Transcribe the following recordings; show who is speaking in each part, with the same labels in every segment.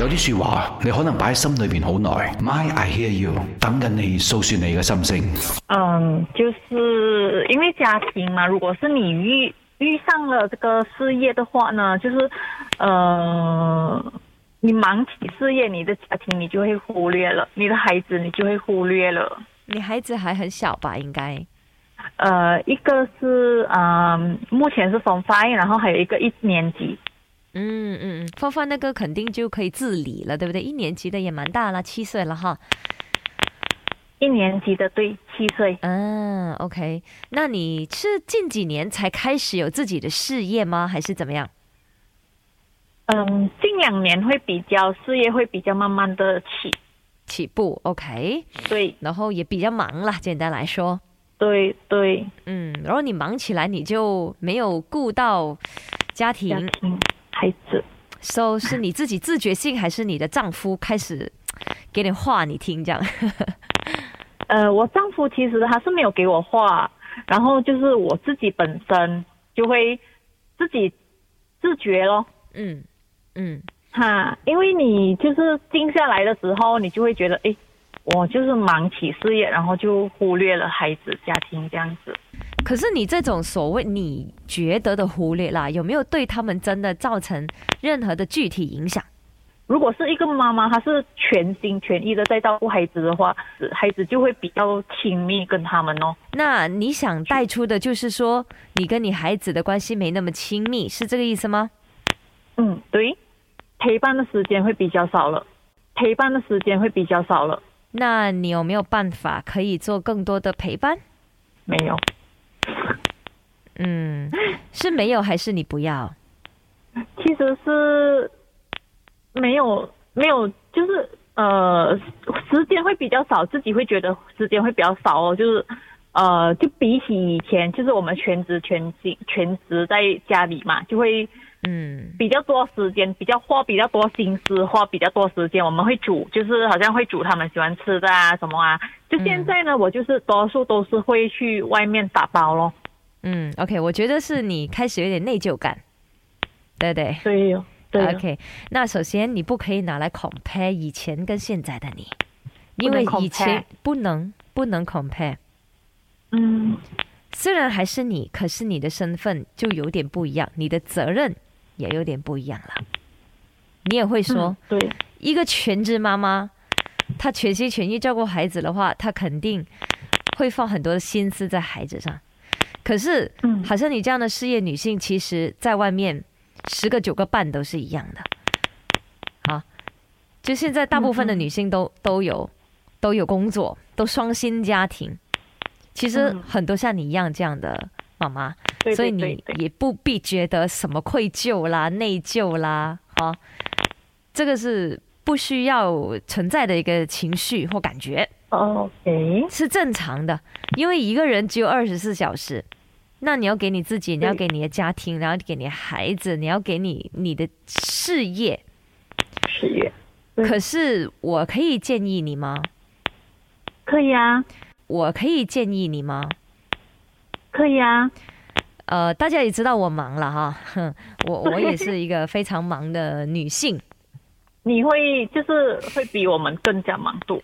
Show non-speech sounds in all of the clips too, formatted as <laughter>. Speaker 1: 有啲说話你可能擺喺心裏邊好耐。My I hear you，等緊你訴說你嘅心聲。
Speaker 2: 嗯，就是因为家庭嘛，如果是你遇遇上了这个事业的话呢，就是，呃，你忙起事业，你的家庭你就会忽略了，你的孩子你就会忽略了。
Speaker 3: 你孩子还很小吧？应该
Speaker 2: 呃，一个是嗯，目前是 form five，然后还有一个一年级。
Speaker 3: 嗯嗯嗯，芳芳那个肯定就可以自理了，对不对？一年级的也蛮大了，七岁了哈。
Speaker 2: 一年级的对，七岁。
Speaker 3: 嗯，OK，那你是近几年才开始有自己的事业吗？还是怎么样？
Speaker 2: 嗯，近两年会比较事业会比较慢慢的起，
Speaker 3: 起步 OK，
Speaker 2: 对
Speaker 3: 然后也比较忙啦，简单来说，
Speaker 2: 对对，
Speaker 3: 嗯，然后你忙起来，你就没有顾到家
Speaker 2: 家
Speaker 3: 庭
Speaker 2: 庭孩子。
Speaker 3: ，so 是你自己自觉性，还是你的丈夫开始给你话你听这样？ <laughs>
Speaker 2: 呃，我丈夫其实他是没有给我画，然后就是我自己本身就会自己自觉咯，
Speaker 3: 嗯嗯
Speaker 2: 哈，因为你就是静下来的时候，你就会觉得，诶，我就是忙起事业，然后就忽略了孩子、家庭这样子。
Speaker 3: 可是你这种所谓你觉得的忽略啦，有没有对他们真的造成任何的具体影响？
Speaker 2: 如果是一个妈妈，她是全心全意的在照顾孩子的话，孩子就会比较亲密跟他们哦。
Speaker 3: 那你想带出的就是说，你跟你孩子的关系没那么亲密，是这个意思吗？
Speaker 2: 嗯，对，陪伴的时间会比较少了，陪伴的时间会比较少了，
Speaker 3: 那你有没有办法可以做更多的陪伴？
Speaker 2: 没有。
Speaker 3: 嗯，是没有还是你不要？
Speaker 2: 其实是没有没有，就是呃，时间会比较少，自己会觉得时间会比较少哦，就是呃，就比起以前，就是我们全职全心全职在家里嘛，就会
Speaker 3: 嗯
Speaker 2: 比较多时间，比较花比较多心思，花比较多时间，我们会煮，就是好像会煮他们喜欢吃的啊什么啊。就现在呢，我就是多数都是会去外面打包咯。
Speaker 3: 嗯，OK，我觉得是你开始有点内疚感，对不对
Speaker 2: 对哦，对哦
Speaker 3: o k 那首先你不可以拿来 compare 以前跟现在的你，因为以前不能不能 compare。
Speaker 2: 嗯，
Speaker 3: 虽然还是你，可是你的身份就有点不一样，你的责任也有点不一样了。你也会说，
Speaker 2: 嗯对。
Speaker 3: 一个全职妈妈，她全心全意照顾孩子的话，她肯定会放很多的心思在孩子上。可是，
Speaker 2: 嗯
Speaker 3: 好像你这样的事业女性，其实在外面十个九个半都是一样的。啊，就现在大部分的
Speaker 2: 嗯嗯
Speaker 3: 女性都都有都有工作，都双薪家庭。其实
Speaker 2: 嗯
Speaker 3: 很多像你一样这样的妈妈，
Speaker 2: 对
Speaker 3: 所以
Speaker 2: 对
Speaker 3: 你
Speaker 2: 对对
Speaker 3: 也不必觉得什么愧疚啦、内疚啦，啊，这个是不需要存在的一个情绪或感觉，
Speaker 2: OK，
Speaker 3: 是正常的。因为一个人只有二十四小时，那你要给你自己，你要给你的家庭，然后给你的孩子，你要给你你的事业。
Speaker 2: 十月对
Speaker 3: 可是我可以建议你吗？
Speaker 2: 可以啊，
Speaker 3: 我可以建议你吗？
Speaker 2: 可以啊，
Speaker 3: 呃，大家也知道我忙了哈，哼，我我也是一个非常忙的女性。
Speaker 2: 你会就是会比我们更加忙碌。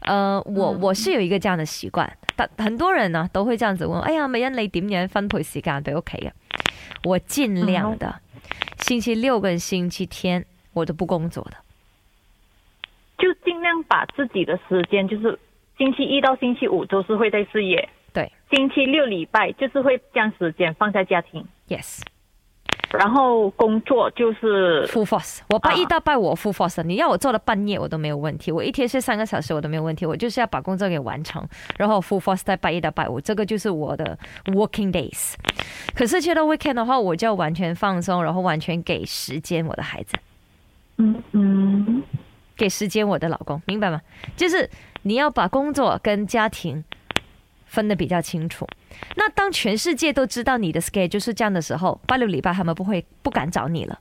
Speaker 3: 呃，我我是有一個這樣嘅習慣，但很多人呢、都會這樣子問，哎呀，美欣你點樣分配時間俾屋企嘅？我盡量的，星期六跟星期天我都不工作的。
Speaker 2: 就尽量把自己的时间，就是星期一到星期五都是会在事业，
Speaker 3: 对
Speaker 2: 星期六礼拜就是会将时间放在家庭，
Speaker 3: ，yes，
Speaker 2: 然后工作就是
Speaker 3: ，full force。我拜一
Speaker 2: 啊
Speaker 3: 到拜五我 full force，的你要我做到半夜我都没有問題，我一天睡三個小時我都沒有問題，我就是要把工作給完成，然后 full force 在拜一到拜五，這個就是我的 working days。可是去到 weekend 的話，我就要完全放鬆，然後完全給時間我的孩子。
Speaker 2: 嗯嗯
Speaker 3: 给时间我的老公，明白吗？就是你要把工作跟家庭分得比较清楚。那当全世界都知道你的 schedule 是这样的时候，八六礼拜他们不会不敢找你了。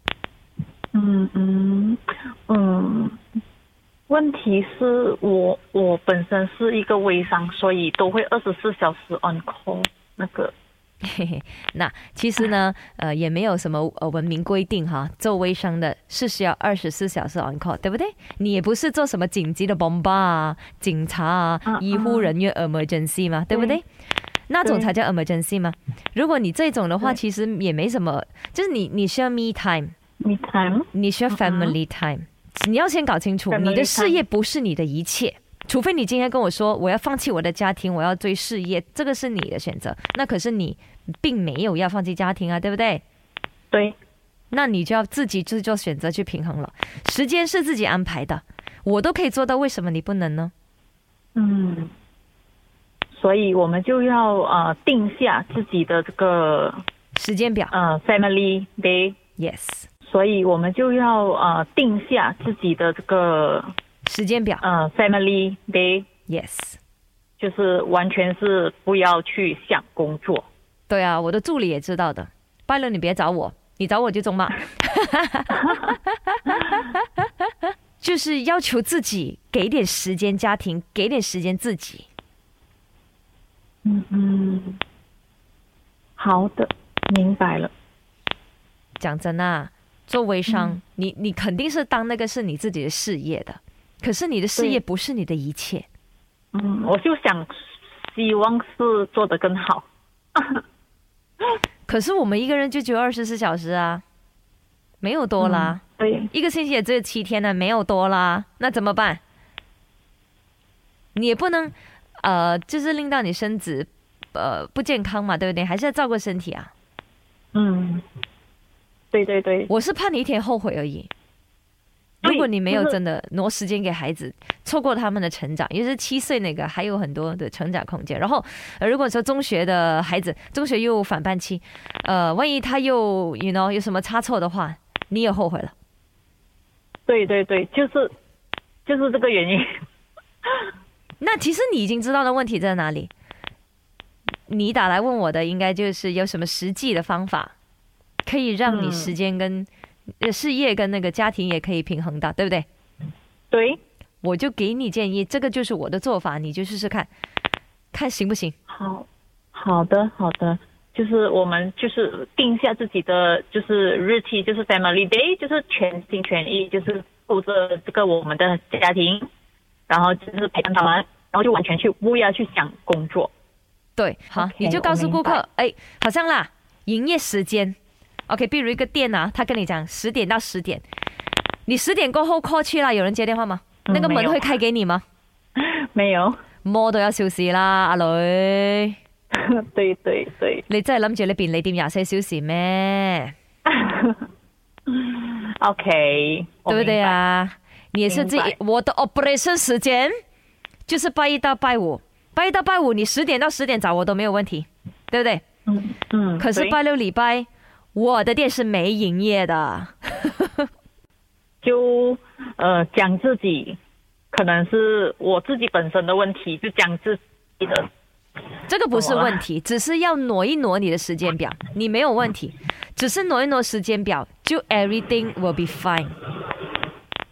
Speaker 2: 嗯嗯嗯。问题是我我本身是一个微商，所以都会二十四小时 on call 那个
Speaker 3: 嘿嘿， <laughs> 那其实呢，呃，也没有什么呃文明规定哈，做微商的是需要二十四小时 on call，对不对？你也不是做什么紧急的 bomba 啊、警察啊、
Speaker 2: 嗯嗯
Speaker 3: 医护人员 emergency 嘛，对不对？
Speaker 2: 对
Speaker 3: 那种才叫 emergency 嘛。如果你这种的话，
Speaker 2: 对
Speaker 3: 其实也没什么，就是你你需要 me time，
Speaker 2: 你 time
Speaker 3: 你需要 family time，、你要先搞清楚，
Speaker 2: Family
Speaker 3: 你的事业不是你的一切。除非你今天跟我说我要放弃我的家庭，我要追事业，这个是你的选择。那可是你并没有要放弃家庭啊，对不对？
Speaker 2: 对
Speaker 3: 那你就要自己去做选择去平衡了。时间是自己安排的，我都可以做到，为什么你不能呢？
Speaker 2: 嗯，所以我们就要呃定下自己的这个
Speaker 3: 时间表
Speaker 2: 呃 family day，
Speaker 3: ，yes，
Speaker 2: 所以我们就要呃定下自己的这个
Speaker 3: 时间表
Speaker 2: 呃 family day，
Speaker 3: ，yes。
Speaker 2: 就是完全是不要去想工作。
Speaker 3: 对啊，我的助理也知道的。拜了，你别找我，你找我就中骂。 <laughs> 就是要求自己给点时间家庭，给点时间自己。
Speaker 2: 嗯嗯，好的，明白了。
Speaker 3: 讲真啊，做微商，你你肯定是当那个是你自己的事业的，可是你的事业
Speaker 2: 对
Speaker 3: 不是你的一切。
Speaker 2: 嗯，我就想希望是做得更好。
Speaker 3: 可是我们一个人就只有二十四小时啊，没有多啦，
Speaker 2: 对，
Speaker 3: 一个星期也只有七天呢、没有多啦，那怎么办？你也不能，呃，就是令到你身子，呃，不健康嘛，对不对？还是要照顾身体啊。
Speaker 2: 嗯，对对对，
Speaker 3: 我是怕你一天后悔而已。
Speaker 2: 对
Speaker 3: 如果你没有
Speaker 2: 就是
Speaker 3: 真的挪时间给孩子，错过他们的成长，也就是七岁那个还有很多的成长空间。然后，呃如果说中学的孩子，中学又反叛期，呃，万一他又 you know 有什么差错的话，你也后悔了。
Speaker 2: 对对对，就是就是这个原因。 <laughs>
Speaker 3: 那其实你已经知道的问题在哪里。你打来问我的，应该就是有什么实际的方法，可以让你
Speaker 2: 嗯
Speaker 3: 时间跟、呃事业跟那个家庭也可以平衡到，对不对？
Speaker 2: 对，
Speaker 3: 我就给你建议，这个就是我的做法，你就试试看，看行不行？
Speaker 2: 好好的好的，就是我们就是定下自己的就是日期，就是 Family Day，就是全心全意就是顾着这个我们的家庭，然后就是陪伴他们，然后就完全去不要去想工作。 <laughs>
Speaker 3: 对，好
Speaker 2: OK，
Speaker 3: 你就告诉顾
Speaker 2: 我
Speaker 3: 客
Speaker 2: 明，
Speaker 3: 哎，好像啦，营业时间，OK，比如一个店啊，他跟你讲十点到十点，你十点过后 call 去啦，有人接电话吗？
Speaker 2: 嗯
Speaker 3: 那个
Speaker 2: 没
Speaker 3: 门
Speaker 2: 有
Speaker 3: 会开给你吗？
Speaker 2: 没有， <laughs>
Speaker 3: 摸都要休息啦，阿女。
Speaker 2: 对对对。
Speaker 3: 你真系谂住你便利店廿四小时咩？
Speaker 2: OK，我
Speaker 3: 对不对
Speaker 2: 明白？
Speaker 3: 啊？你也是自己
Speaker 2: 明白
Speaker 3: 我的 operation 时间就是拜一到拜五，拜一到拜五你十点到十点找我都没有问题，对不对？
Speaker 2: 嗯嗯，
Speaker 3: 可是
Speaker 2: 对
Speaker 3: 拜六礼拜我的店是没营业的，
Speaker 2: 就呃讲自己，可能是我自己本身的问题，就讲自己的。
Speaker 3: 这个不是问题，只是要挪一挪你的时间表，你没有问题，只是挪一挪时间表，就 everything will be fine。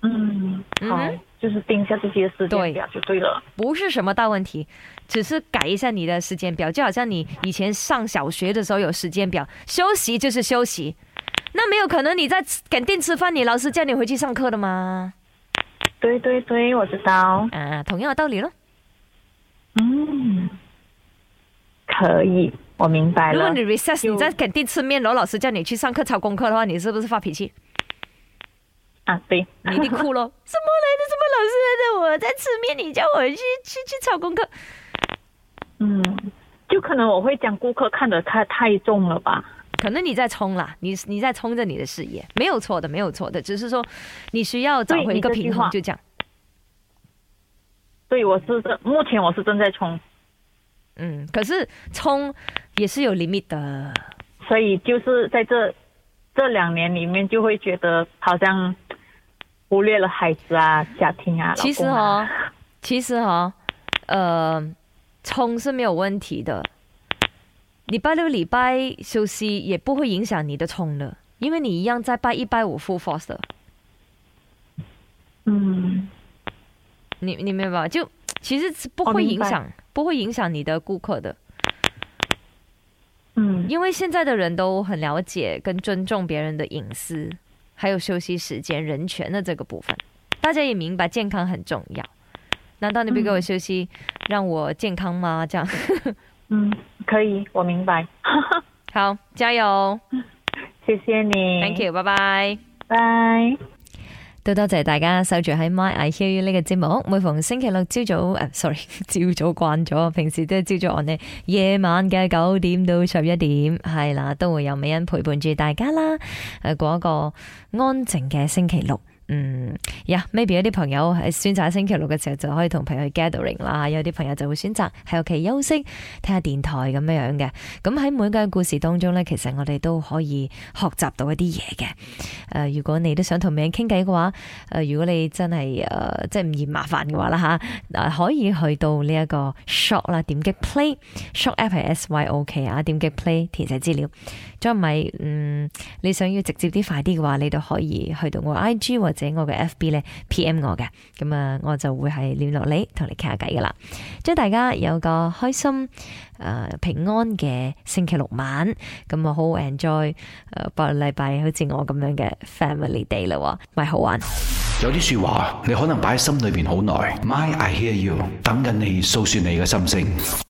Speaker 2: 嗯，
Speaker 3: 嗯
Speaker 2: 好，
Speaker 3: 哼
Speaker 2: 就是定下自己的时
Speaker 3: 对
Speaker 2: 间表就对了。
Speaker 3: 不是什么大问题，只是改一下你的时间表，就好像你以前上小学的时候有时间表，休息就是休息。那没有可能你在赶店吃饭，你老师叫你回去上课的吗？
Speaker 2: 对对对，我知道。
Speaker 3: 啊，同样的道理咯。
Speaker 2: 嗯，可以，我明白
Speaker 3: 如果
Speaker 2: 了
Speaker 3: 你。recess
Speaker 2: 就
Speaker 3: 你在赶店吃面，然后老师叫你去上课抄功课的话，你是不是发脾 <laughs> 气？
Speaker 2: 啊，对，
Speaker 3: 你一定哭咯。什么来的？什么老师来的？我在吃面，你叫我去去去抄功课？
Speaker 2: 嗯，就可能我会将顾客看得太太重了吧。
Speaker 3: 可能你在冲啦，你你在冲着你的事业，没有错的，没有错的，只是说你需要找
Speaker 2: 对
Speaker 3: 回
Speaker 2: 你
Speaker 3: 一个
Speaker 2: 这句
Speaker 3: 平衡，
Speaker 2: 话
Speaker 3: 就这样。
Speaker 2: 对，我是正，目前我是正在冲，
Speaker 3: 嗯，可是冲也是有 limit 的，
Speaker 2: 所以就是在这这两年里面，就会觉得好像忽略了孩子啊、家庭啊、
Speaker 3: 其实
Speaker 2: 老公啊
Speaker 3: 哦，其实哦，呃，冲是没有问题的。礼拜六、礼拜休息也不会影响你的冲的，因为你一样在拜一拜五 full force 的。
Speaker 2: 嗯，
Speaker 3: 你你明白吧？就其实是不
Speaker 2: 哦
Speaker 3: 会
Speaker 2: 明
Speaker 3: 影
Speaker 2: 白
Speaker 3: 响，不会影响你的顾客的。
Speaker 2: 嗯，
Speaker 3: 因为现在的人都很了解跟尊重别人的隐私，还有休息时间、人权的这个部分，大家也明白健康很重要。难道你不给我休息，让我健康吗？这样
Speaker 2: 嗯，可以，我明白，
Speaker 3: 好，加油
Speaker 2: 谢谢你
Speaker 3: ，Thank you，拜拜。
Speaker 2: 拜。
Speaker 3: 都多謝大家守住喺 My I Hear You 呢個節目，每逢星期六朝早，誒、s o r r y <laughs> 朝早慣咗，平時都係朝早 on 嘅，夜晚嘅九點到十一點，係啦，都會有美恩陪伴住大家啦，誒過一個安靜嘅星期六。嗯，呀、m a y b e 有啲朋友喺選擇星期六嘅時候就可以同朋友去 gathering 啦，有啲朋友就會選擇喺屋企休息，聽下電台咁樣樣嘅。咁喺每個故事當中呢，其實我哋都可以學習到一啲嘢嘅。誒、如果你都想同美人傾偈嘅話，誒、呃如果你真係誒、呃即係唔嫌麻煩嘅話啦嚇，啊可以去到呢一個 Shop 啦，點擊 Play Shop App 係 S Y O K 啊，點擊 Play 填寫資料。再唔係，嗯，你想要直接啲快啲嘅話，你都可以去到我 I G 或者我嘅 F B 咧 P M 我嘅，咁啊我就會係聯絡你，同你傾下偈噶啦。祝大家有個開心、誒、呃平安嘅星期六晚，咁啊好好 enjoy 誒八個禮拜好似我咁樣嘅 family day 啦，咪好玩。
Speaker 1: 有啲说話你可能擺喺心裏边好耐。My I hear you，等緊你訴說你嘅心聲。